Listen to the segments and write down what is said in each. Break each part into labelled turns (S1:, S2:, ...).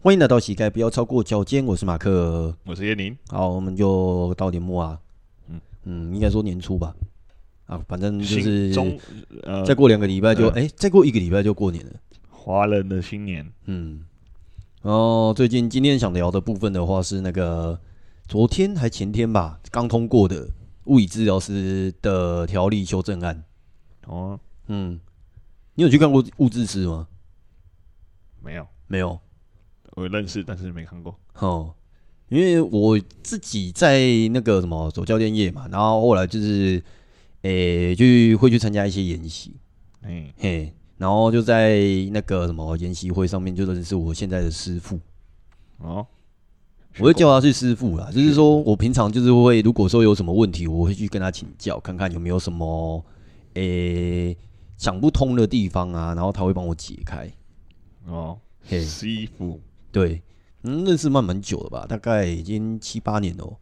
S1: 欢迎来到膝盖，不要超过脚尖。我是马克。
S2: 我是叶宁，
S1: 好，我们就到年末啊，嗯
S2: 嗯
S1: 应该说年初吧。啊，反正就是
S2: 新中呃
S1: 再过两个礼拜就哎、再过一个礼拜就过年了。
S2: 华人的新年，
S1: 嗯，然后最近今天想聊的部分的话是那个昨天还前天吧，刚通过的物理治疗师的条例修正案。
S2: 哦，
S1: 嗯，你有去看过物治师吗？
S2: 没有，
S1: 没有。
S2: 我认识，但是没看过。
S1: 哦，因为我自己在那个什么走教练业嘛，然后后来就是，诶、去会去参加一些研习，
S2: 嗯，
S1: 嘿，然后就在那个什么研习会上面就认识我现在的师傅，
S2: 哦，
S1: 我会叫他是师傅啦，就是说我平常就是会，如果说有什么问题，我会去跟他请教，看看有没有什么，诶、想不通的地方啊，然后他会帮我解开，
S2: 哦，
S1: 嘿，
S2: 师傅，
S1: 对，嗯，认识慢蛮久了吧，大概已经七八年了哦，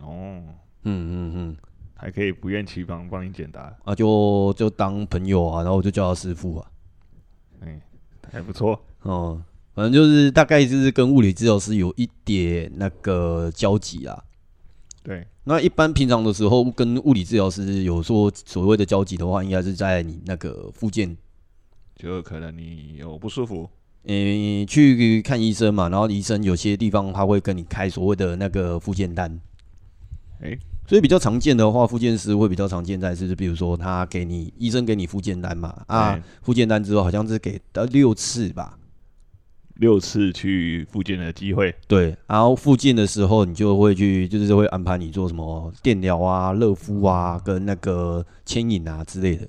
S2: 哦，
S1: 嗯嗯嗯。
S2: 还可以不厌其烦帮你解答，
S1: 啊，就就当朋友啊，然后我就叫他师傅啊，
S2: 嗯，还不错。
S1: 哦、反正就是大概就是跟物理治疗师有一点那个交集啦。
S2: 对，
S1: 那一般平常的时候跟物理治疗师有说所谓的交集的话，应该是在你那个附件，
S2: 就可能你有不舒服，
S1: 诶、去看医生嘛，然后医生有些地方他会跟你开所谓的那个附件单，
S2: 诶
S1: 所以比较常见的话，附件师会比较常见在是，比如说他给你医生给你附件单嘛，啊
S2: 嗯，
S1: 附件单之后好像是给到六次吧，
S2: 六次去复健的机会，
S1: 对，然后附近的时候，你就会去，就是会安排你做什么电疗啊、热敷啊、跟那个牵引啊之类的，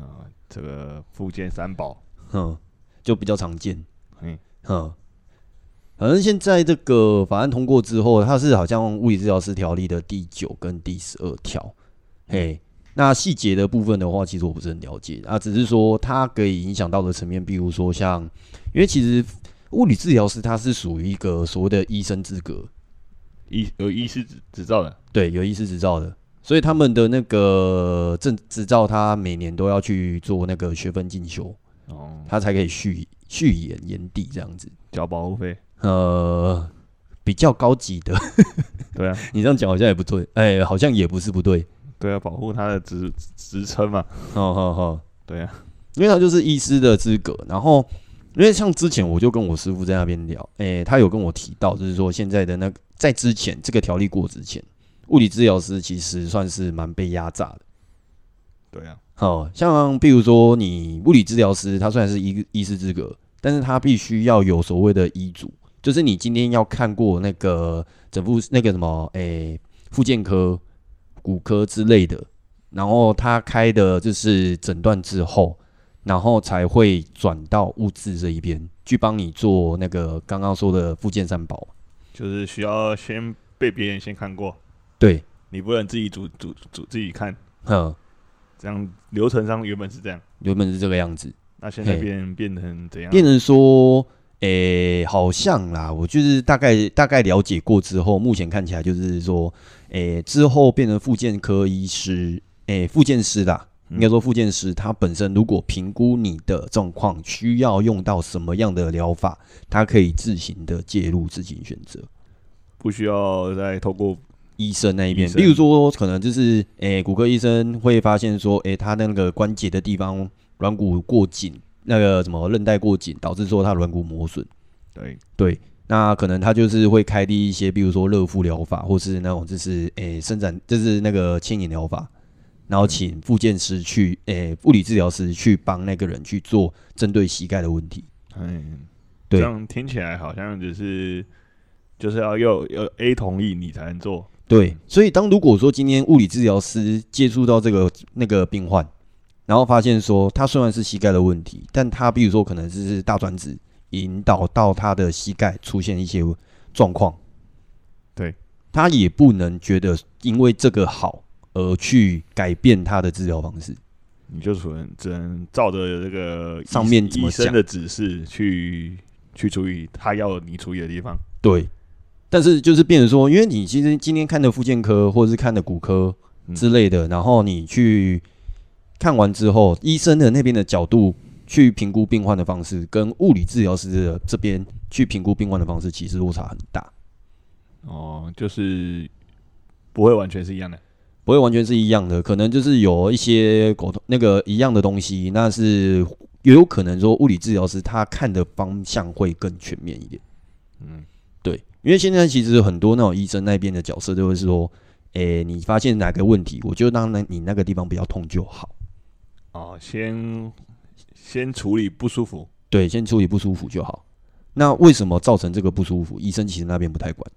S2: 啊，这个复健三宝，
S1: 哼，就比较常见，
S2: 嗯，
S1: 哼。反正现在这个法案通过之后，它是好像物理治疗师条例的第九跟第十二条，嘿，那细节的部分的话，其实我不是很了解啊，只是说它可以影响到的层面，比如说像，因为其实物理治疗师他是属于一个所谓的医生资格，
S2: 医有医师执执照的，
S1: 对，有医师执照的，所以他们的那个证执照，他每年都要去做那个学分进修，
S2: 哦，
S1: 他才可以续续研研底这样子。
S2: 交保护费，
S1: 呃，比较高级的，
S2: 对啊，
S1: 你这样讲好像也不对，哎、好像也不是不对。
S2: 对啊，保护他的职职称嘛，
S1: 好好好，
S2: 对啊，
S1: 因为他就是医师的资格，然后。因为像之前我就跟我师傅在那边聊，哎、他有跟我提到，就是说现在的那个在之前这个条例过之前，物理治疗师其实算是蛮被压榨的。
S2: 对啊，
S1: 好像比如说你物理治疗师，他虽然是医医师资格，但是他必须要有所谓的医嘱，就是你今天要看过那个整副那个什么，诶、复健科、骨科之类的，然后他开的就是诊断之后，然后才会转到物质这一边去帮你做那个刚刚说的复健三宝。
S2: 就是需要先被别人先看过，
S1: 对，
S2: 你不能自己煮煮煮自己看，
S1: 哼，
S2: 这样流程上原本是这样，
S1: 原本是这个样子。
S2: 那现在
S1: 嘿
S2: 变变成怎样？
S1: 变成说，诶、好像啦，我就是大概大概了解过之后，目前看起来就是说，诶、之后变成复健科医师，诶、复健师啦，
S2: 嗯
S1: 应该说复健师他本身如果评估你的状况需要用到什么样的疗法，他可以自行的介入，自行选择。
S2: 不需要再透过
S1: 医生那一边
S2: 医，生
S1: 例如说，可能就是诶、骨科医生会发现说，诶、他那个关节的地方软骨过紧，那个什么韧带过紧，导致说他软骨磨损。
S2: 对
S1: 对，那可能他就是会开立一些，比如说热敷疗法，或是那种就是诶、伸展，就是那个牵引疗法，然后请复健师去诶、物理治疗师去帮那个人去做针对膝盖的问题。
S2: 嗯，
S1: 对
S2: 这样听起来好像只是就是要要要 A 同意你才能做，
S1: 对，所以当如果说今天物理治疗师接触到这个那个病患，然后发现说他虽然是膝盖的问题，但他比如说可能是大转子引导到他的膝盖出现一些状况，
S2: 对
S1: 他也不能觉得因为这个好而去改变他的治疗方式。
S2: 你就只能只能照着这个医
S1: 上面怎么
S2: 医生
S1: 讲
S2: 的指示去去处理他要你处理的地方，
S1: 对，但是就是变成说，因为你其实今天看的复健科或者是看的骨科
S2: 嗯
S1: 之类的，然后你去看完之后，医生的那边的角度去评估病患的方式，跟物理治疗师的这边去评估病患的方式，其实落差很大，
S2: 哦，就是不会完全是一样的。
S1: 不会完全是一样的，可能就是有一些沟通那个一样的东西，那是也有可能说物理治疗师他看的方向会更全面一点。
S2: 嗯，
S1: 对，因为现在其实很多那种医生那边的角色都会说，诶、你发现哪个问题，我就让那你那个地方不要痛就好。
S2: 哦，先先处理不舒服。
S1: 对，先处理不舒服就好。那为什么造成这个不舒服？医生其实那边不太管。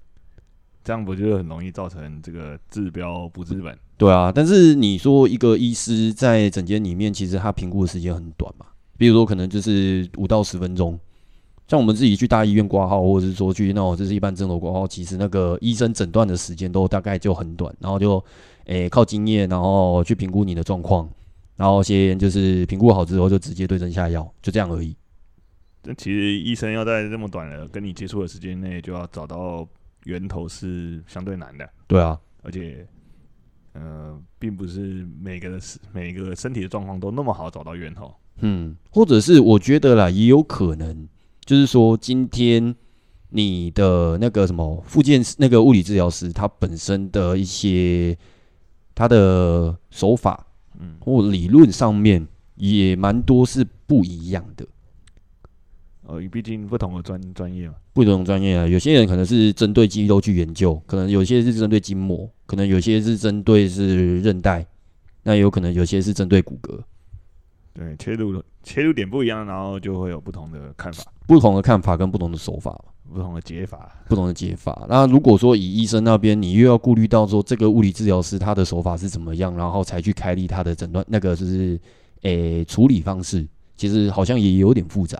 S2: 这样不就很容易造成这个治标不治本？
S1: 对啊，但是你说一个医师在诊间里面，其实他评估的时间很短嘛，比如说可能就是五到十分钟。像我们自己去大医院挂号，或者是说去那种就是一般诊所挂号，其实那个医生诊断的时间都大概就很短，然后就诶、靠经验，然后去评估你的状况，然后先就是评估好之后就直接对症下药，就这样而已。
S2: 但其实医生要在这么短的跟你接触的时间内，就要找到源头是相对难的，
S1: 对啊，
S2: 而且，呃，并不是每个每个身体的状况都那么好找到源头。
S1: 嗯，或者是我觉得啦，也有可能，就是说今天你的那个什么复健那个物理治疗师，他本身的一些他的手法，嗯，或理论上面也蛮多是不一样的，
S2: 呃，毕竟不同的专专业嘛。
S1: 不同专业啊，有些人可能是针对肌肉去研究，可能有些是针对筋膜，可能有些是针对是韧带，那有可能有些是针对骨骼，
S2: 对，切入切入点不一样，然后就会有不同的看法、
S1: 不同的看法跟不同的手法。
S2: 不同的解法。
S1: 不同的解法。那如果说以医生那边，你又要顾虑到说这个物理治疗师他的手法是怎么样，然后才去开立他的诊断，那个就是诶、处理方式，其实好像也有点复杂。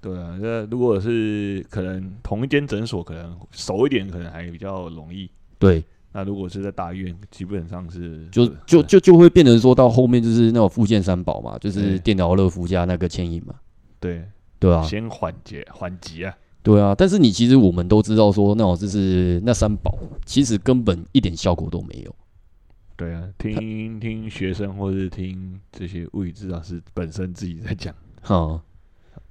S2: 对啊，这如果是可能同一间诊所，可能熟一点，可能还比较容易。
S1: 对，
S2: 那如果是在大医院，基本上是
S1: 就就就就会变成说到后面就是那种附件三宝嘛，就是
S2: 对
S1: 电疗、热敷加那个牵引嘛，
S2: 对，
S1: 对啊，
S2: 先缓解缓急啊。
S1: 对啊。但是你其实我们都知道说那种就是那三宝其实根本一点效果都没有。
S2: 对啊，听听学生或是听这些物理治疗师本身自己在讲，
S1: 哈、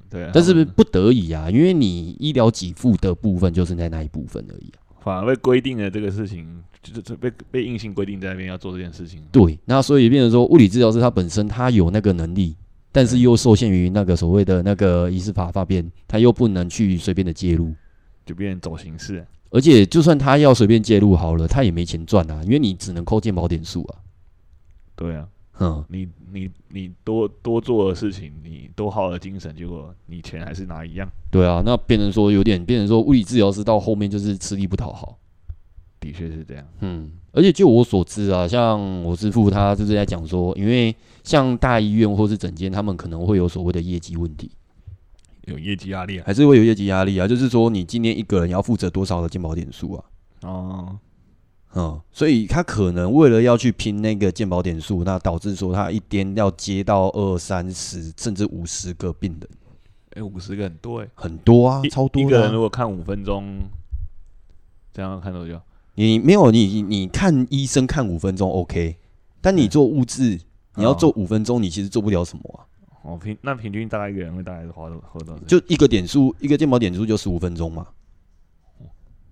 S2: 对啊，
S1: 但
S2: 他
S1: 是
S2: 们
S1: 不得已啊，因为你医疗给付的部分就是在那一部分而已啊、
S2: 反而被规定了这个事情，就是这被被硬性规定在那边要做这件事情。
S1: 对，那所以变成说，物理治疗师他本身他有那个能力，但是又受限于那个所谓的那个仪式法发变，他又不能去随便的介入。
S2: 就变成走形式啊。
S1: 而且，就算他要随便介入好了，他也没钱赚啊，因为你只能扣健保点数啊。
S2: 对啊，
S1: 嗯，
S2: 你你你多多做的事情，你多耗了精神，结果你钱还是拿一样。
S1: 对啊，那变成说有点变成说物理治疗师到后面就是吃力不讨好。
S2: 的确是这样。
S1: 嗯，而且就我所知啊，像我师傅他就是在讲说，因为像大医院或是诊间，他们可能会有所谓的业绩问题，
S2: 有业绩压力啊。
S1: 还是会有业绩压力啊，就是说你今天一个人要负责多少的健保点数啊。
S2: 哦，
S1: 嗯，所以他可能为了要去拼那个健保点数，那导致说他一天要接到二三十甚至五十个病人，
S2: 哎、五十个很多哎、
S1: 很多啊
S2: 一，
S1: 超多
S2: 一
S1: 的
S2: 个
S1: 啊、
S2: 人如果看五分钟，这样看多久？
S1: 你没有你你你看医生看五分钟 OK，但你
S2: 对
S1: 做物质，你要
S2: 哦
S1: 做五分钟，你其实做不了什么啊，
S2: 哦，平那平均大概一个人会大概花多花多少时间？
S1: 就一个点数，一个健保点数就十五分钟嘛。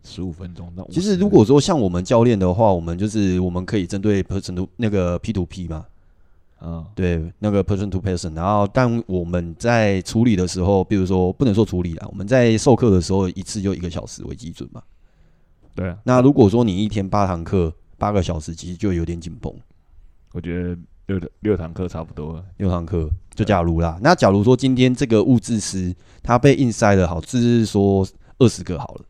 S2: 十五分钟。那
S1: 其
S2: 50
S1: 实
S2: 个
S1: 如果说像我们教练的话，我们就是我们可以针对 person to 那个 P to P 嘛，
S2: 嗯
S1: 对，那个 person to person，然后但我们在处理的时候，比如说不能说处理啦，我们在授课的时候一次就一个小时为基准嘛。
S2: 对啊，
S1: 那如果说你一天八堂课，八个小时，其实就有点紧绷。
S2: 我觉得六六堂课差不多了。
S1: 六堂课，就假如啦，那假如说今天这个物质师他被硬塞了，好，只是说二十个好了，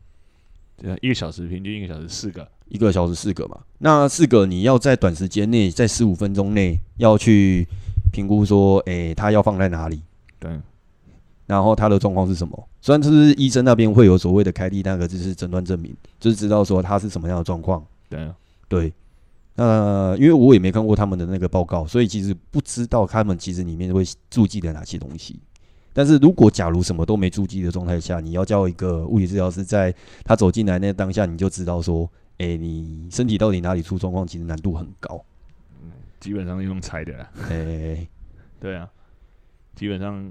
S2: 这啊样一个小时平均一个小时四个，
S1: 一个小时四个嘛，那四个你要在短时间内，在十五分钟内要去评估说，诶、他要放在哪里？
S2: 对，
S1: 然后他的状况是什么？虽然就是医生那边会有所谓的开立那个就是诊断证明，就是知道说他是什么样的状况。
S2: 对啊，
S1: 对，那因为我也没看过他们的那个报告，所以其实不知道他们其实里面会注记的哪些东西。但是如果假如什么都没注记的状态下，你要叫一个物理治疗师在他走进来那当下，你就知道说，哎，你身体到底哪里出状况，其实难度很高。
S2: 基本上是用猜的啦。啊
S1: 哎，
S2: 对啊，基本上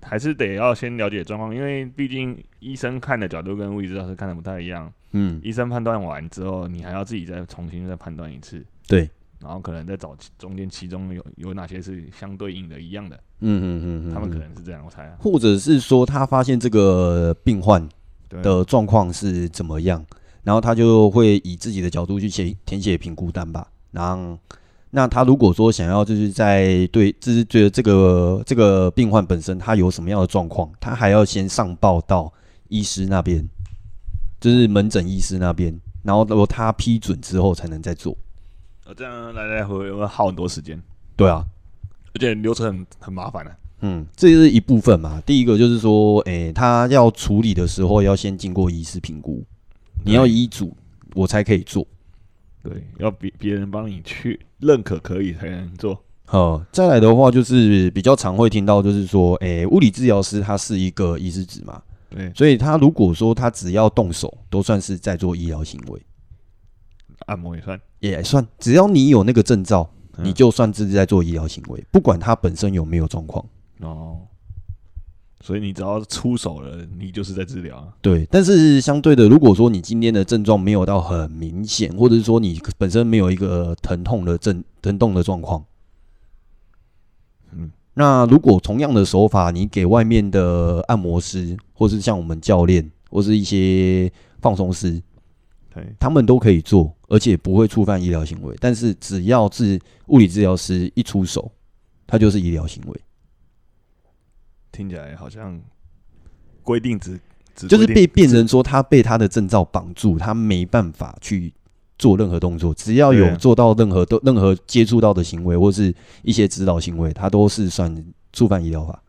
S2: 还是得要先了解状况，因为毕竟医生看的角度跟物理治疗师看的不太一样。
S1: 嗯，
S2: 医生判断完之后，你还要自己再重新再判断一次，
S1: 对，
S2: 然后可能再找其中间其中有有哪些是相对应的一样的，
S1: 嗯嗯嗯嗯，
S2: 他们可
S1: 嗯
S2: 能是这样，我猜啊。
S1: 或者是说他发现这个病患
S2: 对啊
S1: 的状况是怎么样，然后他就会以自己的角度去写填写评估单吧。然后，那他如果说想要就是在对，就是觉得这个这个病患本身他有什么样的状况，他还要先上报到医师那边，就是门诊医师那边，然后如果他批准之后才能再做。
S2: 呃，这样来来回回耗很多时间，
S1: 对啊，
S2: 而且流程很很麻烦的、啊
S1: 嗯，这是一部分嘛。第一个就是说，诶、他要处理的时候要先经过医师评估，你要医嘱我才可以做。
S2: 对，要别别人帮你去认可可以才能做。
S1: 好，再来的话就是比较常会听到，就是说，诶、物理治疗师他是一个医师职嘛，
S2: 对
S1: 所以他如果说他只要动手，都算是在做医疗行为，
S2: 按摩也算，
S1: 也算。只要你有那个证照，
S2: 嗯
S1: 你就算是在做医疗行为，不管他本身有没有状况。
S2: 哦，所以你只要出手了，你就是在治疗啊。
S1: 对，但是相对的，如果说你今天的症状没有到很明显，或者是说你本身没有一个疼痛的症疼痛的状况，
S2: 嗯，
S1: 那如果同样的手法，你给外面的按摩师，或是像我们教练，或是一些放松师，
S2: 对，
S1: 他们都可以做，而且不会触犯医疗行为。但是只要是物理治疗师一出手，他就是医疗行为，
S2: 听起来好像规定只只
S1: 就是
S2: 规
S1: 被
S2: 定
S1: 变成说他被他的证照绑住，他没办法去做任何动作。只要
S2: 对
S1: 有
S2: 啊
S1: 做到任何都任何接触到的行为，或是一些指导行为，他都是算触犯医疗法。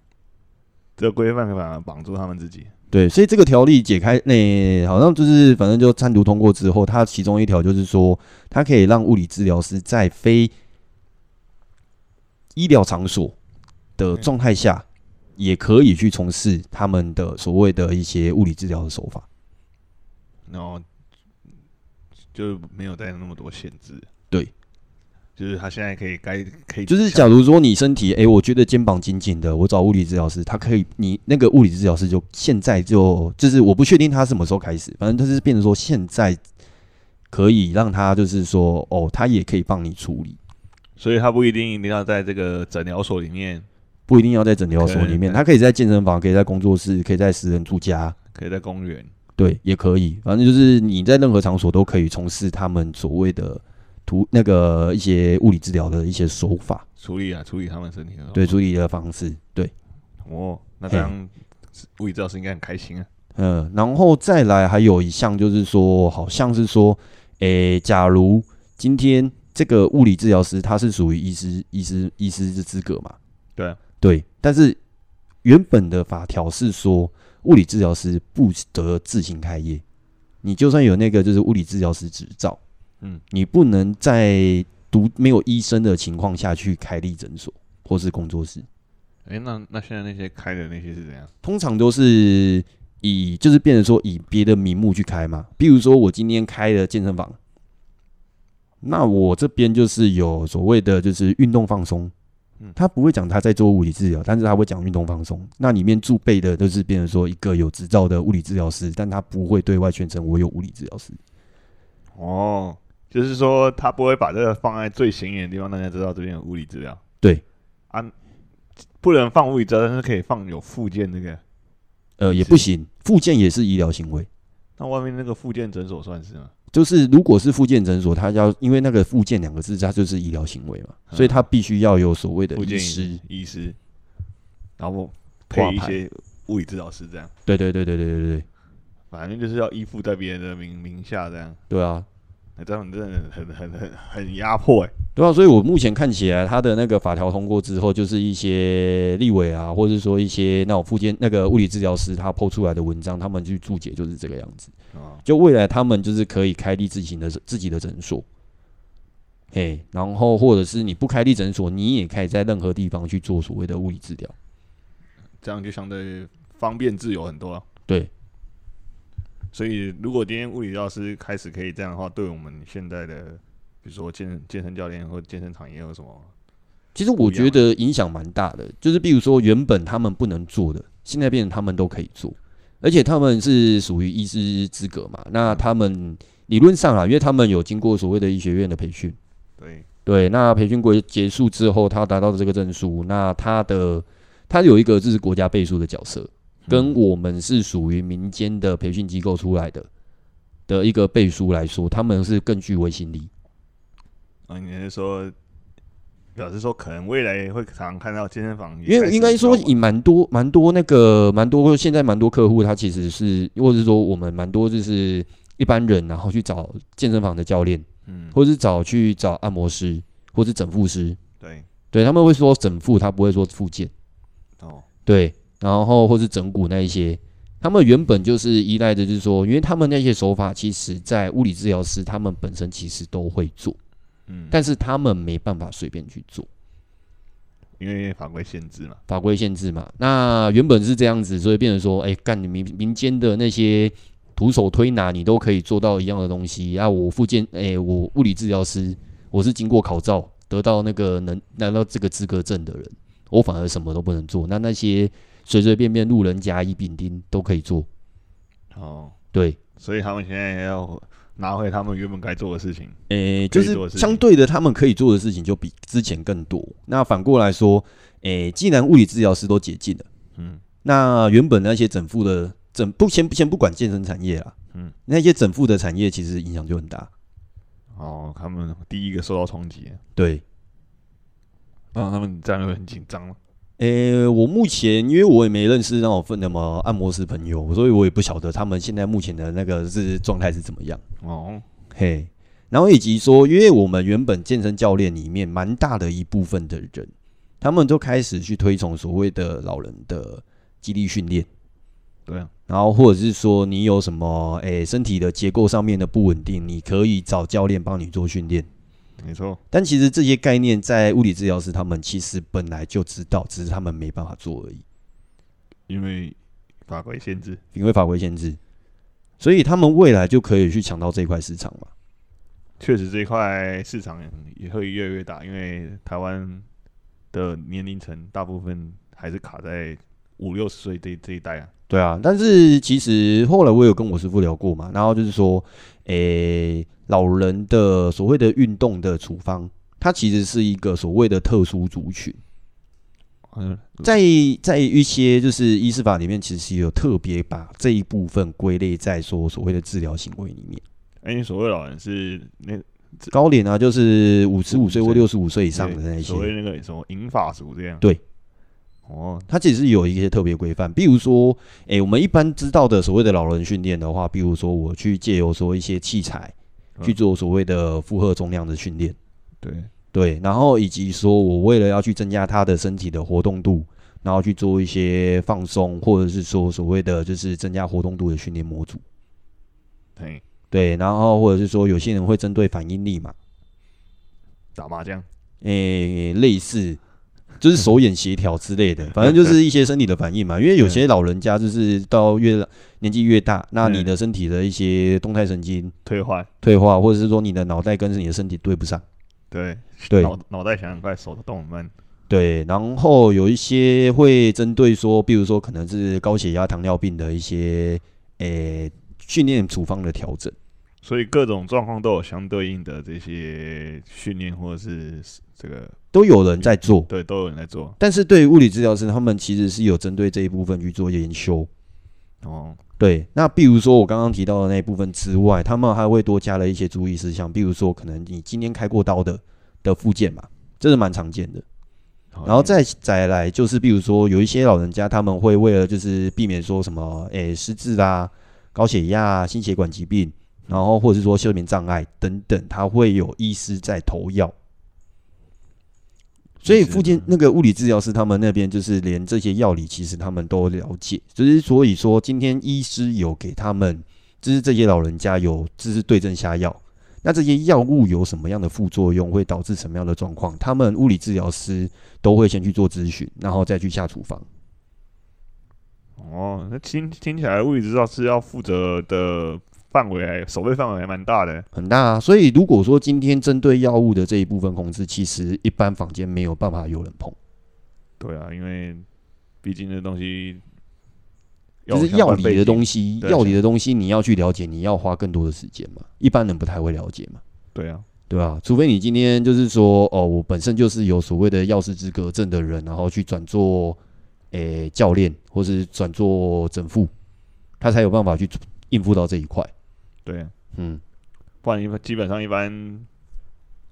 S2: 这个规范反而绑住他们自己。
S1: 对，所以这个条例解开，那、好像就是反正就单独通过之后，它其中一条就是说，它可以让物理治疗师在非医疗场所的状态下，也可以去从事他们的所谓的一些物理治疗的手法。
S2: 然后就没有带那么多限制。
S1: 对，
S2: 就是他现在可以该可以，
S1: 就是假如说你身体，诶、我觉得肩膀紧紧的，我找物理治疗师，他可以，你那个物理治疗师就现在就就是我不确定他什么时候开始，反正就是变成说现在可以让他就是说，哦，他也可以帮你处理，
S2: 所以他不一定一定要在这个诊疗所里面，
S1: 不一定要在诊疗所里
S2: 可以
S1: 面，他可以在健身房，可以在工作室，可以在私人住家，
S2: 可以在公园。
S1: 对，也可以，反正就是你在任何场所都可以从事他们所谓的图那个一些物理治疗的一些手法，
S2: 处理啊，处理他们身体的。
S1: 对，处嗯理的方式，对。
S2: 哦，那这样物理治疗师应该很开心啊。
S1: 嗯，然后再来还有一项就是说，好像是说，诶、假如今天这个物理治疗师他是属于医师、医师、医师的资格嘛？
S2: 对啊
S1: 对，但是原本的法条是说，物理治疗师不得自行开业，你就算有那个就是物理治疗师执照，
S2: 嗯，
S1: 你不能在独没有医生的情况下去开立诊所或是工作室。
S2: 哎、那那现在那些开的那些是怎样？
S1: 通常都是以就是变成说以别的名目去开嘛。比如说我今天开了健身房，那我这边就是有所谓的就是运动放松
S2: 嗯。
S1: 他不会讲他在做物理治疗，但是他会讲运动放松。那里面注备的就是变成说一个有执照的物理治疗师，但他不会对外宣称我有物理治疗师。
S2: 哦，就是说他不会把这个放在最显眼的地方，让大家知道这边有物理治疗。
S1: 对
S2: 啊，不能放物理治疗，但是可以放有附件那个。
S1: 呃，也
S2: 是
S1: 不行，附件也是医疗行为。
S2: 那外面那个附件诊所算是吗？
S1: 就是如果是附件诊所，他要因为那个附件两个字，它就是医疗行为嘛，
S2: 嗯
S1: 所以他必须要有所谓的
S2: 附件
S1: 医师
S2: 医师，然后
S1: 挂牌
S2: 配一些物理治疗师这样，
S1: 对对对对对对对
S2: 反正就是要依附在别人的名名下这样。
S1: 对啊，
S2: 那这样真的很很很很很压迫哎、
S1: 对啊，所以我目前看起来，他的那个法条通过之后，就是一些立委啊，或者是说一些那种附件那个物理治疗师他剖出来的文章，他们去注解就是这个样子。
S2: 哦，
S1: 就未来他们就是可以开立自行的自己的诊所，嘿，然后或者是你不开立诊所，你也可以在任何地方去做所谓的物理治疗。
S2: 这样就相对方便自由很多、啊。
S1: 对，
S2: 所以，如果今天物理教师开始可以这样的话，对我们现在的，比如说健健身教练或健身产业有什么
S1: 其实我觉得影响蛮大的，就是比如说原本他们不能做的，现在变成他们都可以做，而且他们是属于医师资格嘛，那他们理论上啊，因为他们有经过所谓的医学院的培训，
S2: 对，
S1: 对，那培训过结束之后，他达到的这个证书，那他的他有一个这是国家背书的角色，跟我们是属于民间的培训机构出来的的一个背书来说，他们是更具威信力。
S2: 啊，你是说，表示说可能未来会常看到健身房也开始
S1: 因
S2: 有，
S1: 为应该说，以蛮多蛮多那个蛮多现在蛮多客户，他其实是，或者是说我们蛮多就是一般人，然后去找健身房的教练，
S2: 嗯，
S1: 或是找去找按摩师，或是整复师，
S2: 对，
S1: 对他们会说整复，他不会说复健，
S2: 哦，
S1: 对，然后或是整骨那一些，他们原本就是依赖的，就是说，因为他们那些手法，其实在物理治疗师他们本身其实都会做，
S2: 嗯，
S1: 但是他们没办法随便去做。
S2: 因为法规限制嘛，
S1: 法规限制嘛。那原本是这样子，所以变成说，哎、干你民民间的那些徒手推拿，你都可以做到一样的东西。啊，我附件，哎、我物理治疗师，我是经过考照得到那个能拿到这个资格证的人，我反而什么都不能做。那那些随随便便路人甲乙丙丁都可以做，
S2: 哦，
S1: 对。
S2: 所以他们现在要拿回他们原本该做的事情，
S1: 诶、
S2: 可
S1: 就
S2: 以
S1: 是
S2: 做的事情
S1: 相对的，他们可以做的事情就比之前更多。那反过来说，诶、既然物理治疗师都解禁了，
S2: 嗯，
S1: 那原本那些整副的整不先先不管健身产业啦，
S2: 嗯
S1: 嗯，那些整副的产业其实影响就很大。
S2: 哦，他们第一个受到冲击，
S1: 对，
S2: 让啊他们战略很紧张了，
S1: 诶、我目前因为我也没认识那种分什么按摩师朋友，所以我也不晓得他们现在目前的那个是状态是怎么样。
S2: 哦，
S1: 嘿，然后以及说，因为我们原本健身教练里面蛮大的一部分的人，他们都开始去推崇所谓的老人的肌力训练，
S2: 对啊，
S1: 然后或者是说你有什么诶、身体的结构上面的不稳定，你可以找教练帮你做训练。
S2: 没错，
S1: 但其实这些概念在物理治疗师他们其实本来就知道，只是他们没办法做而已，
S2: 因为法规限制，
S1: 因为法规限制，所以他们未来就可以去抢到这块市场嘛。
S2: 确实这一块市场也会越来越大，因为台湾的年龄层大部分还是卡在五六十岁这这一代啊。
S1: 对啊，但是其实后来我有跟我师傅聊过嘛，然后就是说，诶、老人的所谓的运动的处方，它其实是一个所谓的特殊族群，
S2: 嗯，
S1: 在在一些就是医师法里面，其实有特别把这一部分归类在说所谓的治疗行为里面。
S2: 哎，你所谓老人是那
S1: 高龄啊，就是五十五岁或六十五岁以
S2: 以
S1: 上的那一些
S2: 所，谓那个什么银发族这样。
S1: 对，
S2: 哦，
S1: 它其实有一些特别规范，比如说，诶、我们一般知道的所谓的老人训练的话，比如说我去借由说一些器材
S2: 嗯
S1: 去做所谓的负荷重量的训练，
S2: 对，
S1: 对，然后以及说我为了要去增加他的身体的活动度，然后去做一些放松，或者是说所谓的就是增加活动度的训练模组，
S2: 嘿，
S1: 对，然后或者是说有些人会针对反应力嘛，
S2: 打麻将，
S1: 诶、类似就是手眼协调之类的，反正就是一些身体的反应嘛。因为有些老人家就是到越年纪越大，那你的身体的一些动态神经
S2: 退换，
S1: 退化，或者是说你的脑袋跟你的身体对不上，
S2: 对，
S1: 对
S2: 脑脑袋想很快，手动很慢，
S1: 对。然后有一些会针对说，比如说可能是高血压、糖尿病的一些诶训练处方的调整。
S2: 所以各种状况都有相对应的这些训练或者是这个，
S1: 都有人在做，
S2: 对，都有人在做。
S1: 但是对于物理治疗师，他们其实是有针对这一部分去做研修，
S2: 哦，
S1: 对，那比如说我刚刚提到的那一部分之外，他们还会多加了一些注意事项，比如说可能你今天开过刀的的附件嘛，这是蛮常见的。
S2: 嗯
S1: 然后再再来就是，比如说有一些老人家他们会为了就是避免说什么诶失智啦、高血压、啊、心血管疾病，然后或者是说睡眠障碍等等，他会有医师在投药。所以
S2: 医师
S1: 附近那个物理治疗师他们那边就是连这些药理其实他们都了解，就是所以说今天医师有给他们，就是这些老人家有就是对症下药。那这些药物有什么样的副作用，会导致什么样的状况？他们物理治疗师都会先去做咨询，然后再去下处方。
S2: 哦，那听听起来物理制造师要负责的范围还守备范围还蛮大的。
S1: 很大、啊。所以如果说今天针对药物的这一部分控制，其实一般房间没有办法有人碰，
S2: 对啊，因为毕竟这东西
S1: 就是药理的
S2: 西。
S1: 东西，
S2: 对
S1: 药理的东西你要去了解，你要花更多的时间嘛，一般人不太会了解嘛。
S2: 对啊，
S1: 对啊，除非你今天就是说，哦，我本身就是有所谓的药师资格证的人，然后去转做诶、教练，或是转做整副，他才有办法去应付到这一块。
S2: 对啊，
S1: 嗯，
S2: 不然一般基本上一般，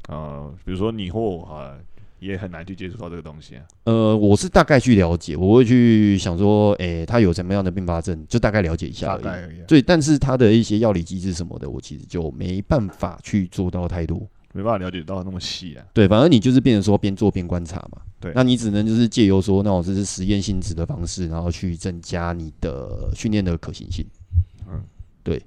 S2: 呃，比如说你或我啊，也很难去接触到这个东西啊。
S1: 呃，我是大概去了解，我会去想说，诶、他有什么样的并发症，就大概了解一下
S2: 大
S1: 而已。
S2: 概而已啊
S1: 对，但是他的一些药理机制什么的，我其实就没办法去做到太多。
S2: 没办法了解到那么细啊。
S1: 对，反正你就是变成说边做边观察嘛。
S2: 对
S1: 那你只能就是借由说那种就是实验性质的方式，然后去增加你的训练的可行性。
S2: 嗯，
S1: 对。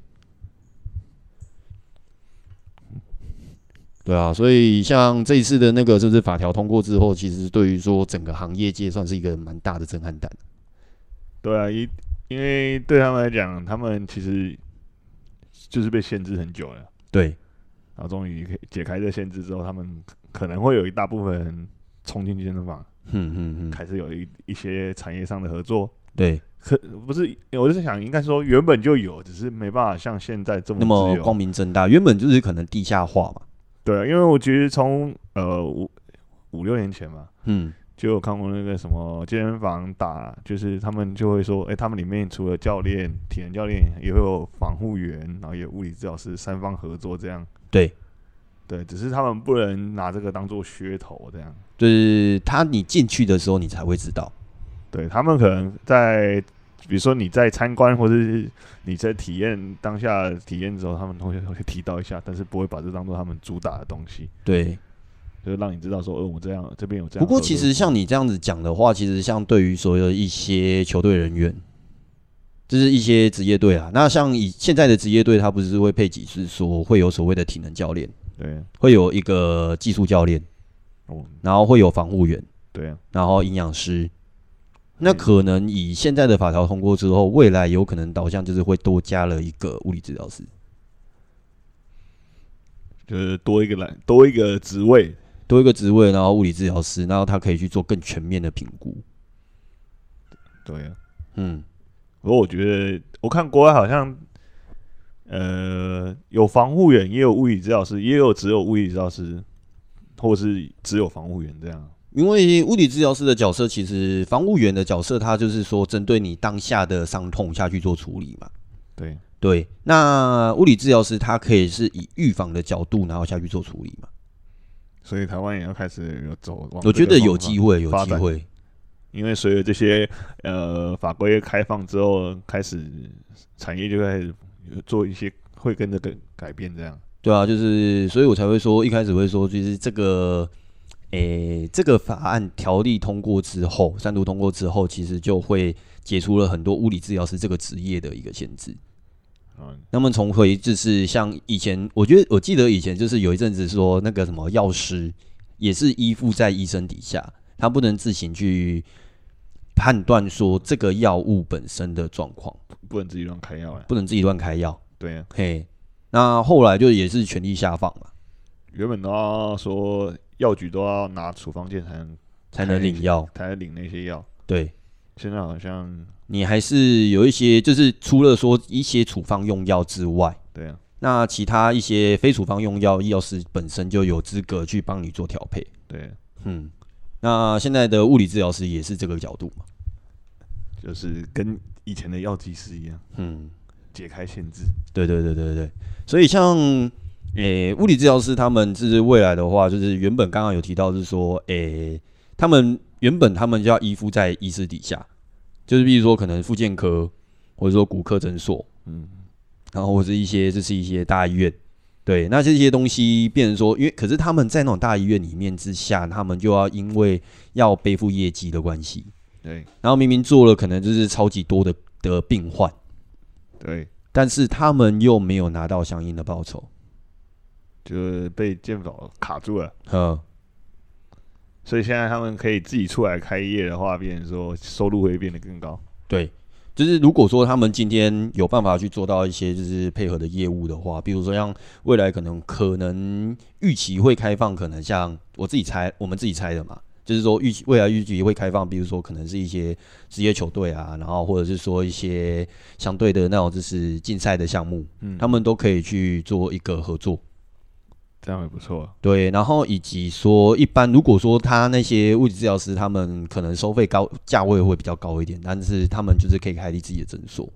S1: 对啊，所以像这一次的那个就是法条通过之后，其实对于说整个行业界算是一个蛮大的震撼弹。
S2: 对啊，一因为对他们来讲，他们其实就是被限制很久了，
S1: 对，
S2: 然后终于可以解开这限制之后，他们可能会有一大部分人冲进健身房，
S1: 嗯嗯嗯，
S2: 开始有一一些产业上的合作。
S1: 对，
S2: 可不是，我是想应该说原本就有，只是没办法像现在这么
S1: 那么
S2: 自由。
S1: 光明正大，原本就是可能地下化嘛。
S2: 对啊，因为我其实从呃五五六年前嘛，
S1: 嗯，
S2: 就有看过那个什么健身房打，就是他们就会说，哎、他们里面除了教练、体能教练，也会有防护员，然后也有物理治疗师，三方合作这样。
S1: 对，
S2: 对，只是他们不能拿这个当做噱头这样。
S1: 就是他你进去的时候你才会知道。
S2: 对他们可能在，比如说你在参观或者是你在体验当下体验之后，他们同学会提到一下，但是不会把这当做他们主打的东西，
S1: 对，
S2: 就是让你知道说，哦、我们这样这边有这样合作。
S1: 不过，其实像你这样子讲的话，其实像对于所有一些球队人员，就是一些职业队啊，那像以现在的职业队，他不是会配几是说会有所谓的体能教练，
S2: 对，
S1: 会有一个技术教练，
S2: 哦，
S1: 然后会有防护员，
S2: 对啊，
S1: 然后营养师。
S2: 嗯
S1: 那可能以现在的法条通过之后，未来有可能导向就是会多加了一个物理治疗师。
S2: 就是多一个栏，多一个职位，
S1: 多一个职位，然后物理治疗师，然后他可以去做更全面的评估。
S2: 对啊。
S1: 嗯，
S2: 不过我觉得，我看国外好像，呃，有防护员，也有物理治疗师，也有只有物理治疗师，或是只有防护员这样。
S1: 因为物理治疗师的角色，其实防务员的角色，他就是说针对你当下的伤痛下去做处理嘛。
S2: 对，
S1: 对，那物理治疗师他可以是以预防的角度，然后下去做处理嘛。
S2: 所以台湾也要开始有走往
S1: 我觉得有机
S2: 会，
S1: 会，有
S2: 发
S1: 机
S2: 展
S1: 会。
S2: 因为随着这些呃法规开放之后，开始产业就开始做一些会跟着改改变这样。
S1: 对啊，就是所以我才会说，一开始会说，就是这个，诶、这个法案条例通过之后，三读通过之后，其实就会解除了很多物理治疗师这个职业的一个限制。
S2: 嗯，
S1: 那么重回就是像以前，我觉得我记得以前就是有一阵子说那个什么药师也是依附在医生底下，他不能自行去判断说这个药物本身的状况，
S2: 不能自己乱开药了。
S1: 不能自己乱开药。
S2: 对啊，
S1: 嘿，那后来就也是权力下放嘛，
S2: 原本都要说药局都要拿处方笺才能
S1: 才能领药。
S2: 才能领那些药。
S1: 对
S2: 现在好像
S1: 你还是有一些，就是除了说一些处方用药之外，
S2: 对啊，
S1: 那其他一些非处方用药，药师本身就有资格去帮你做调配。
S2: 对，
S1: 嗯，那现在的物理治疗师也是这个角度嘛？
S2: 就是跟以前的药剂师一样，
S1: 嗯，
S2: 解开限制。
S1: 对对对对对。所以像诶、物理治疗师他们就是未来的话，就是原本刚刚有提到是说，诶、他们原本他们就要依附在医师底下，就是比如说可能复健科或者说骨科诊所，
S2: 嗯，
S1: 然后或者一些这是一些大医院。对，那这些东西变成说，因为可是他们在那种大医院里面之下，他们就要因为要背负业绩的关系，
S2: 对
S1: 然后明明做了可能就是超级多的的病患，
S2: 对，
S1: 但是他们又没有拿到相应的报酬。
S2: 就是被健保卡住了。
S1: 嗯，
S2: 所以现在他们可以自己出来开业的话，变成说收入会变得更高。
S1: 对。就是如果说他们今天有办法去做到一些就是配合的业务的话，比如说像未来可能可能预期会开放，可能像我自己猜，我们自己猜的嘛，就是说预期未来预期会开放，比如说可能是一些职业球队啊，然后或者是说一些相对的那种就是竞赛的项目，
S2: 嗯
S1: 他们都可以去做一个合作。
S2: 这样也不错啊。
S1: 对，然后以及说，一般如果说他那些物理治疗师，他们可能收费高，价位会比较高一点，但是他们就是可以开立自己的诊所，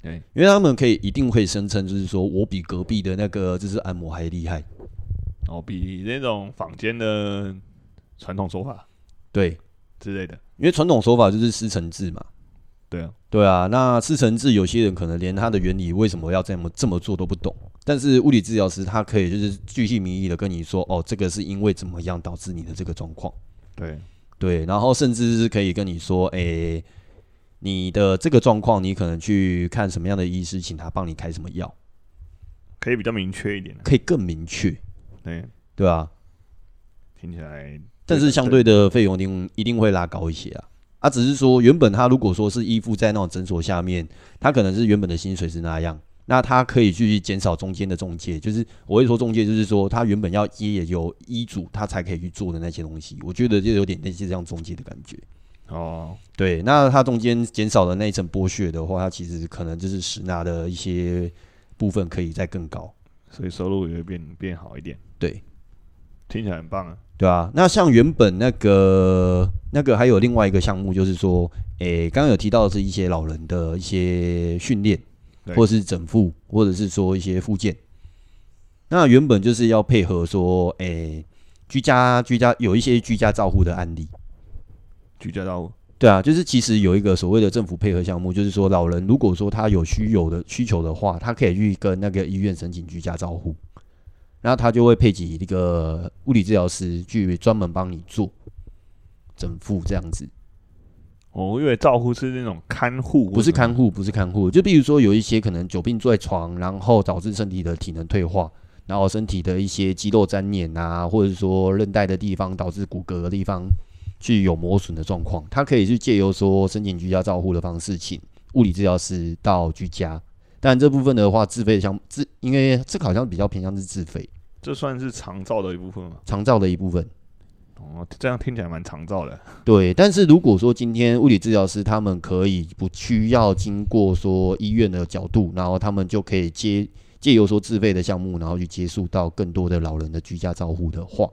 S2: 对，
S1: 因为他们可以一定会声称，就是说我比隔壁的那个就是按摩还厉害。
S2: 哦，比那种坊间的传统手法
S1: 对，
S2: 之类的，
S1: 因为传统手法就是师承制嘛。
S2: 对啊，
S1: 对啊，那师承制有些人可能连它的原理为什么要这么这么做都不懂，但是物理治疗师他可以就是巨细靡遗的跟你说，哦，这个是因为怎么样导致你的这个状况。
S2: 对，
S1: 对，然后甚至是可以跟你说，诶、你的这个状况，你可能去看什么样的医师，请他帮你开什么药，
S2: 可以比较明确一点、啊。
S1: 可以更明确，
S2: 对，
S1: 对吧？
S2: 听起来，
S1: 但是相对的费用一定一定会拉高一些啊。啊，只是说原本他如果说是依附在那种诊所下面，他可能是原本的薪水是那样，那他可以去减少中间的中介，就是我会说中介就是说他原本要也有医嘱他才可以去做的那些东西，我觉得就有点类似这样中介的感觉。
S2: 哦，
S1: 对，那它中间减少了那一层剥削的话，它其实可能就是实拿的一些部分可以再更高，
S2: 所以收入也会变变好一点，
S1: 对
S2: 听起来很棒啊。
S1: 对啊。那像原本那个那个还有另外一个项目，就是说，诶、刚刚有提到的是一些老人的一些训练，
S2: 对
S1: 或是整复，或者是说一些附件。那原本就是要配合说，诶、居家居家有一些居家照护的案例，
S2: 居家照顾，
S1: 对啊，就是其实有一个所谓的政府配合项目，就是说老人如果说他有需有的需求的话，他可以去跟那个医院申请居家照护，然后他就会配给一个物理治疗师去专门帮你做整复这样子，
S2: 哦，因为照护是那种看护，
S1: 不是看护，不是看护，就比如说有一些可能久病在床，然后导致身体的体能退化，然后身体的一些肌肉粘连啊，或者说韧带的地方导致骨骼的地方去有磨损的状况，他可以去借由说申请居家照护的方式，请物理治疗师到居家。但这部分的话，自费项自，因为这个好像比较偏向是自费
S2: 这算是长照的一部分嘛。
S1: 长照的一部分。
S2: 哦，这样听起来蛮长照的。
S1: 对，但是如果说今天物理治疗师他们可以不需要经过说医院的角度，然后他们就可以接借由说自费的项目，然后去接触到更多的老人的居家照护的话，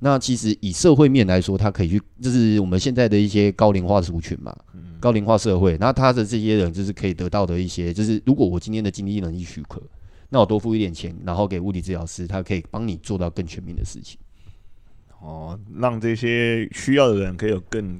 S1: 那其实以社会面来说，他可以去，就是我们现在的一些高龄化族群嘛，
S2: 嗯
S1: 高龄化社会，那他的这些人就是可以得到的一些，就是如果我今天的经济能力许可，那我多付一点钱，然后给物理治疗师，他可以帮你做到更全面的事情，
S2: 哦，让这些需要的人可以有更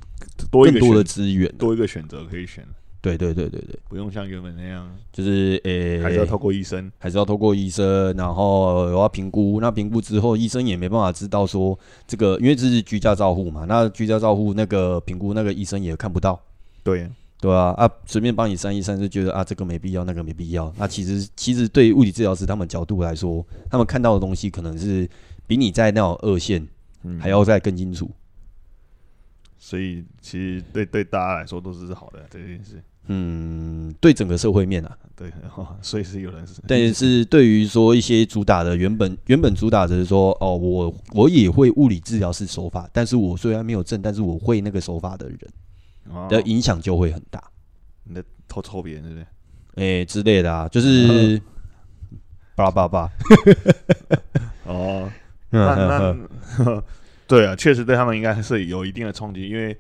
S2: 多一
S1: 更
S2: 个
S1: 多的
S2: 选
S1: 资源。
S2: 多一个选择可以选，
S1: 对对对对对。
S2: 不用像原本那样，
S1: 就是诶、
S2: 还是要透过医生。
S1: 还是要透过医生，然后有要评估。那评估之后，医生也没办法知道说这个，因为这是居家照护嘛。那居家照护那个评估，那个医生也看不到，
S2: 对，
S1: 对吧、啊？啊，随便帮你删一删，就觉得啊，这个没必要，那个没必要。那其实其实对物理治疗师他们角度来说，他们看到的东西可能是比你在那种二线
S2: 嗯
S1: 还要再更清楚。
S2: 所以其实对对大家来说都是好的这件事。
S1: 嗯，对整个社会面啊，
S2: 对， 哦、所以是有人是
S1: 但是对于说一些主打的原本原本主打的是说哦，我我也会物理治疗师手法，但是我虽然没有证，但是我会那个手法的人
S2: 哦
S1: 的影响就会很大，
S2: 偷抽别人，对不对？
S1: 诶、之类的啊，就是
S2: 嗯
S1: 叭叭叭，
S2: 哦， 那
S1: 嗯
S2: 那 对啊，确实对他们应该是有一定的冲击，因为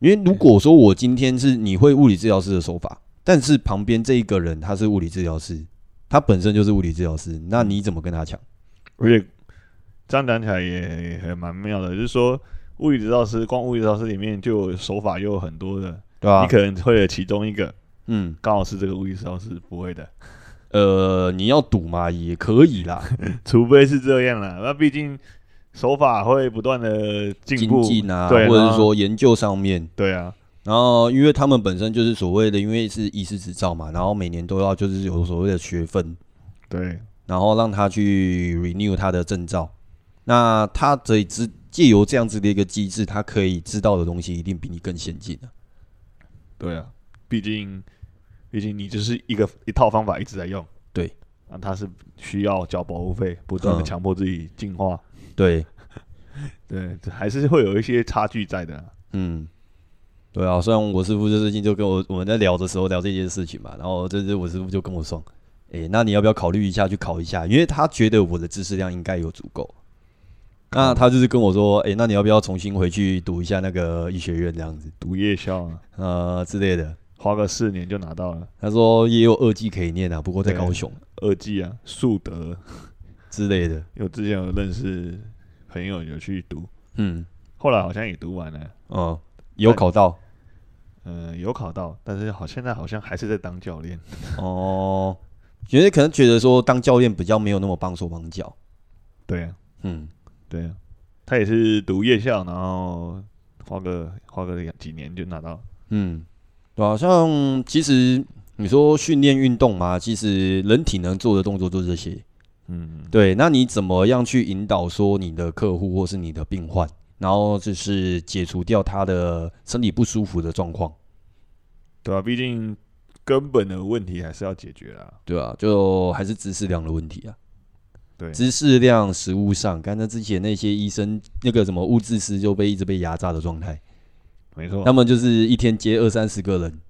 S1: 因为如果说我今天是你会物理治疗师的手法，但是旁边这一个人他是物理治疗师，他本身就是物理治疗师，那你怎么跟他抢？
S2: 而且这样讲起来也也还蛮妙的，就是说物理指导师光物理指导师里面就有手法又有很多的，
S1: 对吧、
S2: 你可能会有其中一个
S1: 嗯，
S2: 刚好是这个物理指导师不会的，
S1: 呃，你要赌嘛也可以啦，
S2: 除非是这样啦。那毕竟手法会不断的进
S1: 精
S2: 步，
S1: 进啊，
S2: 对，
S1: 或者
S2: 然
S1: 是
S2: 后
S1: 说研究上面。
S2: 对啊，
S1: 然后，因为他们本身就是所谓的，因为是医师执照嘛，然后每年都要就是有所谓的学分，
S2: 对，
S1: 然后让他去 renew 他的证照。那他这只借由这样子的一个机制，他可以知道的东西一定比你更先进啊
S2: 对啊，毕竟毕竟你就是一个一套方法一直在用，
S1: 对，
S2: 啊，他是需要交保护费，不断的
S1: 嗯
S2: 强迫自己进化，
S1: 对，
S2: 对，这还是会有一些差距在的啊。
S1: 嗯，对啊，虽然我师傅就最近就跟我我们在聊的时候聊这件事情嘛，然后就是我师傅就跟我说，诶、那你要不要考虑一下去考一下？因为他觉得我的知识量应该有足够。那他就是跟我说，诶、那你要不要重新回去读一下那个医学院这样子，
S2: 读夜校啊，
S1: 呃之类的？
S2: 花个四年就拿到了
S1: 他说也有二技可以念啊，不过在
S2: 对
S1: 高雄
S2: 二技啊，速德。
S1: 之类的。
S2: 因为我之前有认识朋友有去读，
S1: 嗯，
S2: 后来好像也读完了，
S1: 哦、有考 到
S2: 嗯、有考到，但是好现在好像还是在当教练。
S1: 哦。觉得可能觉得说当教练比较没有那么帮手帮脚，
S2: 对啊，
S1: 嗯，
S2: 对啊，他也是读夜校，然后花个花个两几年就拿到。
S1: 嗯，对啊，像其实你说训练运动嘛，其实人体能做的动作就是这些。
S2: 嗯，
S1: 对，那你怎么样去引导说你的客户或是你的病患，然后就是解除掉他的身体不舒服的状况，
S2: 对啊，毕竟根本的问题还是要解决啦。
S1: 对啊，就还是知识量的问题啊，
S2: 对，
S1: 知识量、食物上，刚才之前那些医生那个什么物质师就被一直被压榨的状态，
S2: 没错
S1: 他，们就是一天接二三十个人，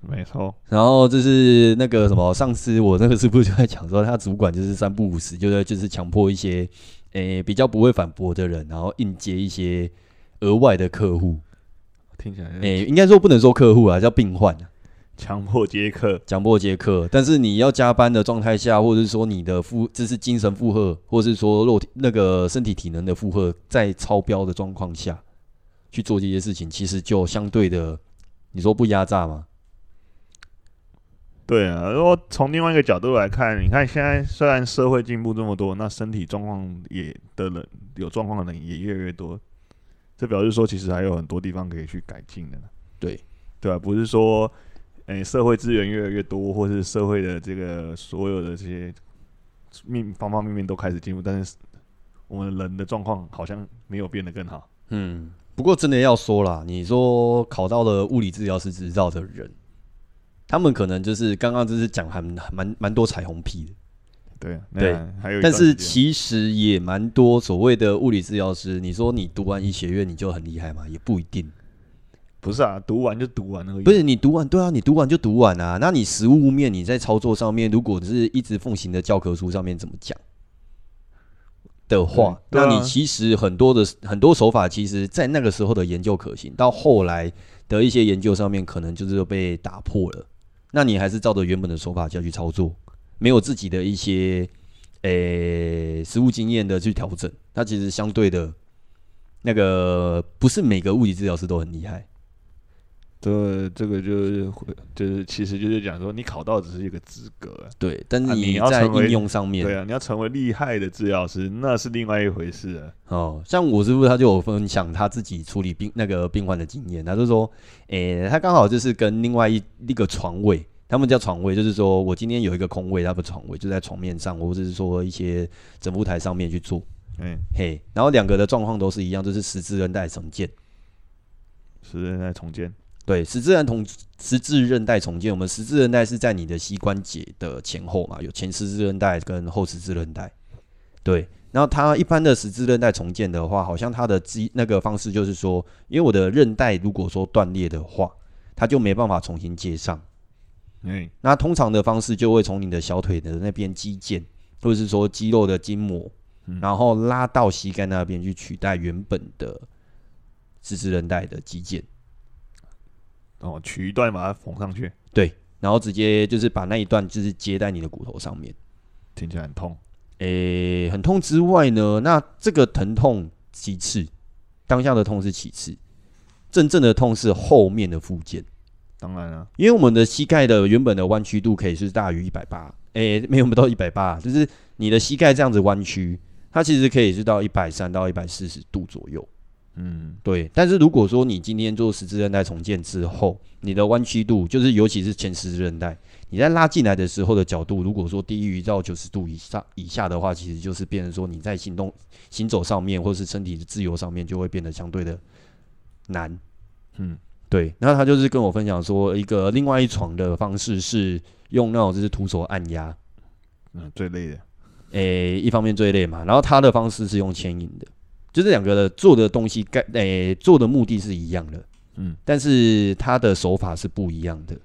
S2: 没错，
S1: 然后就是那个什么，上次我那个师傅就在讲说，他主管就是三不五时，就在就是强迫一些，诶、比较不会反驳的人，然后硬接一些额外的客户，
S2: 听起来是
S1: 诶、应该说不能说客户啊，叫病患啊，
S2: 强迫接客。
S1: 强迫接客。但是你要加班的状态下，或者是说你的负，就是精神负荷，或是说肉体那个身体体能的负荷在超标的状况下去做这些事情，其实就相对的，你说不压榨吗？
S2: 对啊，如果从另外一个角度来看，你看现在虽然社会进步这么多，那身体状况也的人有状况的人也越来越多，这表示说其实还有很多地方可以去改进的呢。
S1: 对，
S2: 对啊，不是说，诶、社会资源越来越多，或是社会的这个所有的这些面方方面面都开始进步，但是我们人的状况好像没有变得更好。
S1: 嗯，不过真的要说啦，你说考到了物理治疗师执照的人，他们可能就是刚刚就是讲还蛮蛮多彩虹屁的，
S2: 对啊，
S1: 对
S2: 那还有一
S1: 但
S2: 段时
S1: 是
S2: 间
S1: 其实也蛮多所谓的物理治疗师，你说你读完医学院你就很厉害嘛，也不一定。
S2: 不是啊，读完就读完而已，
S1: 不是你读完，对啊，你读完就读完啊。那你实物面你在操作上面，如果是一直奉行的教科书上面怎么讲的话，
S2: 对
S1: 那
S2: 对啊
S1: 你其实很多的很多手法，其实在那个时候的研究可行，到后来的一些研究上面，可能就是被打破了。那你还是照着原本的手法下去操作，没有自己的一些诶、实务经验的去调整，它其实相对的。那个不是每个物理治疗师都很厉害，
S2: 这这个就是就是其实就是讲说，你考到只是一个资格啊、
S1: 对，但是
S2: 啊你
S1: 你
S2: 要
S1: 在
S2: 成为
S1: 应用上面，
S2: 对啊，你要成为厉害的治疗师，那是另外一回事啊。
S1: 哦，像我师傅他就有分享他自己处理病那个病患的经验，他就说，诶、他刚好就是跟另外一一个床位，他们叫床位，就是说我今天有一个空位，他的床位就在床面上，或者是说一些整副台上面去做，
S2: 嗯，
S1: 嘿，然后两个的状况都是一样，就是十字韧带重建，
S2: 时间在重建，
S1: 对，十字韧同十字韧带重建，我们十字韧带是在你的膝关节的前后嘛，有前十字韧带跟后十字韧带。对，然后它一般的十字韧带重建的话，好像它的肌那个方式就是说，因为我的韧带如果说断裂的话，它就没办法重新接上。
S2: 嗯，
S1: 那通常的方式就会从你的小腿的那边肌腱，或者是说肌肉的筋膜，
S2: 嗯
S1: 然后拉到膝盖那边去取代原本的十字韧带的肌腱。
S2: 哦，取一段把它缝上去，
S1: 然后直接就是把那一段就是接在你的骨头上面，
S2: 听起来很痛。
S1: 诶，很痛之外呢，那这个疼痛其次，当下的痛是其次，真正的痛是后面的附件，
S2: 当然啊，
S1: 因为我们的膝盖的原本的弯曲度可以是大于一百八，诶，没有没有到一百八，啊就是你的膝盖这样子弯曲，它其实可以是到一百三到一百四十度左右。
S2: 嗯，
S1: 对，但是如果说你今天做十字韧带重建之后，你的弯曲度，就是尤其是前十字韧带，你在拉进来的时候的角度，如果说低于到九十度以上以下的话，其实就是变成说你在行动、行走上面，或是身体的自由上面，就会变得相对的难。
S2: 嗯，
S1: 对，然后他就是跟我分享说，一个另外一床的方式是用那种就是徒手按压，
S2: 嗯，最累的，
S1: 诶、一方面最累嘛，然后他的方式是用牵引的，就这两个的做的东西该诶、做的目的是一样的，
S2: 嗯，
S1: 但是他的手法是不一样的。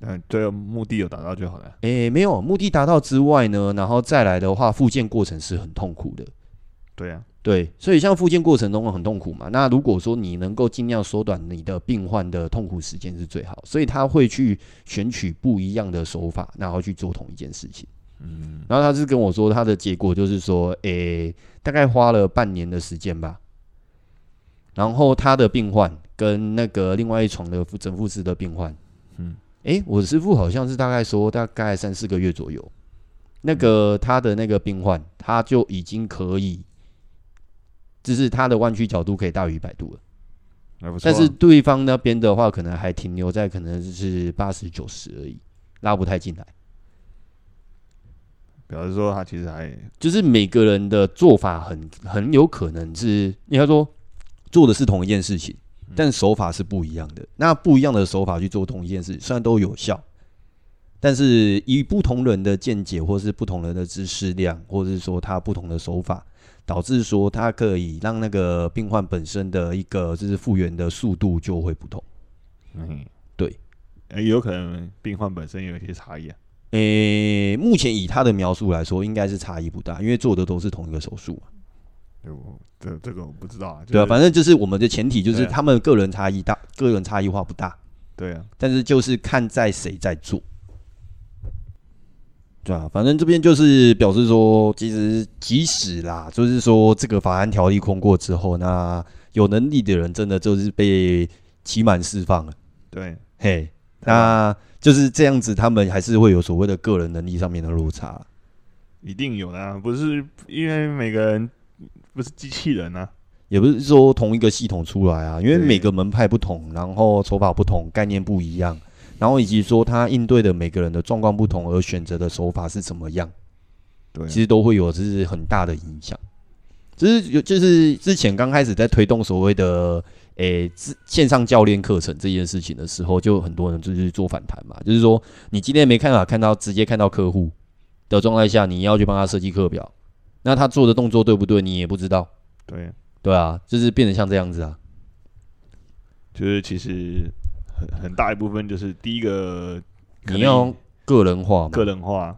S2: 但最后目的有达到就好了。
S1: 诶、没有目的达到之外呢，然后再来的话，复健过程是很痛苦的。
S2: 对啊，
S1: 对，所以像复健过程中很痛苦嘛，那如果说你能够尽量缩短你的病患的痛苦时间是最好，所以他会去选取不一样的手法，然后去做同一件事情。
S2: 嗯，
S1: 然后他是跟我说，他的结果就是说，诶、大概花了半年的时间吧。然后他的病患跟那个另外一床的整复师的病患，
S2: 嗯
S1: 嗯，诶、我师傅好像是大概说大概三四个月左右，那个他的那个病患他就已经可以，就是他的弯曲角度可以大于一百度了，
S2: 还不错啊。
S1: 但是对方那边的话可能还停留在可能是八十九十而已，拉不太进来。
S2: 表示说他其实还
S1: 就是每个人的做法很很有可能是应该说做的是同一件事情，
S2: 嗯
S1: 但手法是不一样的。那不一样的手法去做同一件事，虽然都有效，但是以不同人的见解，或是不同人的知识量，或者是说他不同的手法，导致说他可以让那个病患本身的一个就是复原的速度就会不同。
S2: 嗯，
S1: 对
S2: 呃，也有可能病患本身也有一些差异啊。
S1: 诶、呃目前以他的描述来说，应该是差异不大，因为做的都是同一个手术嘛。
S2: 对，我这这个我不知道啊。
S1: 对啊，
S2: 就是
S1: 反正就是我们的前提就是
S2: 对啊
S1: 他们个人差异大，个人差异化不大，
S2: 对啊，
S1: 但是就是看在谁在做。对啊，反正这边就是表示说，其实即使啦，就是说这个法案条例通过之后，那有能力的人真的就是被期满释放了，
S2: 对，啊
S1: 嘿，那就是这样子，他们还是会有所谓的个人能力上面的落差。
S2: 一定有的、啊，不是因为每个人不是机器人啊。
S1: 也不是说同一个系统出来啊，因为
S2: 对
S1: 每个门派不同，然后手法不同，概念不一样，然后以及说他应对的每个人的状况不同，而选择的手法是怎么样，
S2: 对啊
S1: 其实都会有就是很大的影响。就是有就是之前刚开始在推动所谓的诶、自线上教练课程这件事情的时候，就很多人就是做反弹嘛，就是说你今天没看啊法看到直接看到客户的状态下，你要去帮他设计课表，那他做的动作对不对，你也不知道。
S2: 对啊，
S1: 对啊，就是变得像这样子啊。
S2: 就是其实很很大一部分就是第一个，可
S1: 你
S2: 能
S1: 要个人化嘛
S2: 个，人化，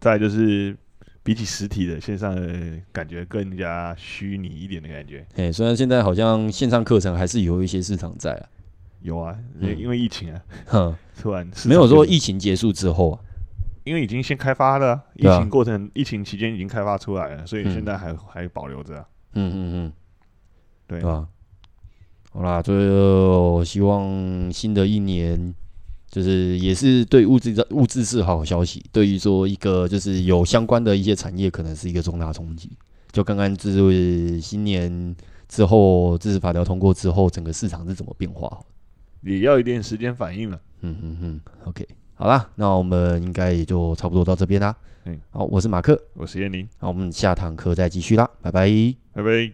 S2: 再来就是比起实体的线上的感觉更加虚拟一点的感觉。
S1: 哎、虽然现在好像线上课程还是有一些市场在啊，
S2: 有啊，
S1: 嗯
S2: 因为疫情啊，
S1: 哼，
S2: 突然市场
S1: 没有说
S2: 就
S1: 疫情结束之后啊，
S2: 因为已经先开发了啊，疫
S1: 对啊
S2: 情过程、疫情期间已经开发出来了，所以
S1: 嗯
S2: 现在还、还保留着啊、
S1: 嗯嗯嗯，
S2: 对
S1: 对啊吧？好啦，就希望新的一年就是也是对物质的物质是好消息，对于说一个就是有相关的一些产业，可能是一个重大冲击。就刚刚就是新年之后，这是法条通过之后，整个市场是怎么变化？
S2: 也要一点时间反应了。
S1: 嗯嗯嗯，OK，好啦，那我们应该也就差不多到这边啦。
S2: 嗯，
S1: 好，我是马克，
S2: 我是燕宁，
S1: 那我们下堂课再继续啦，拜拜。
S2: 拜拜。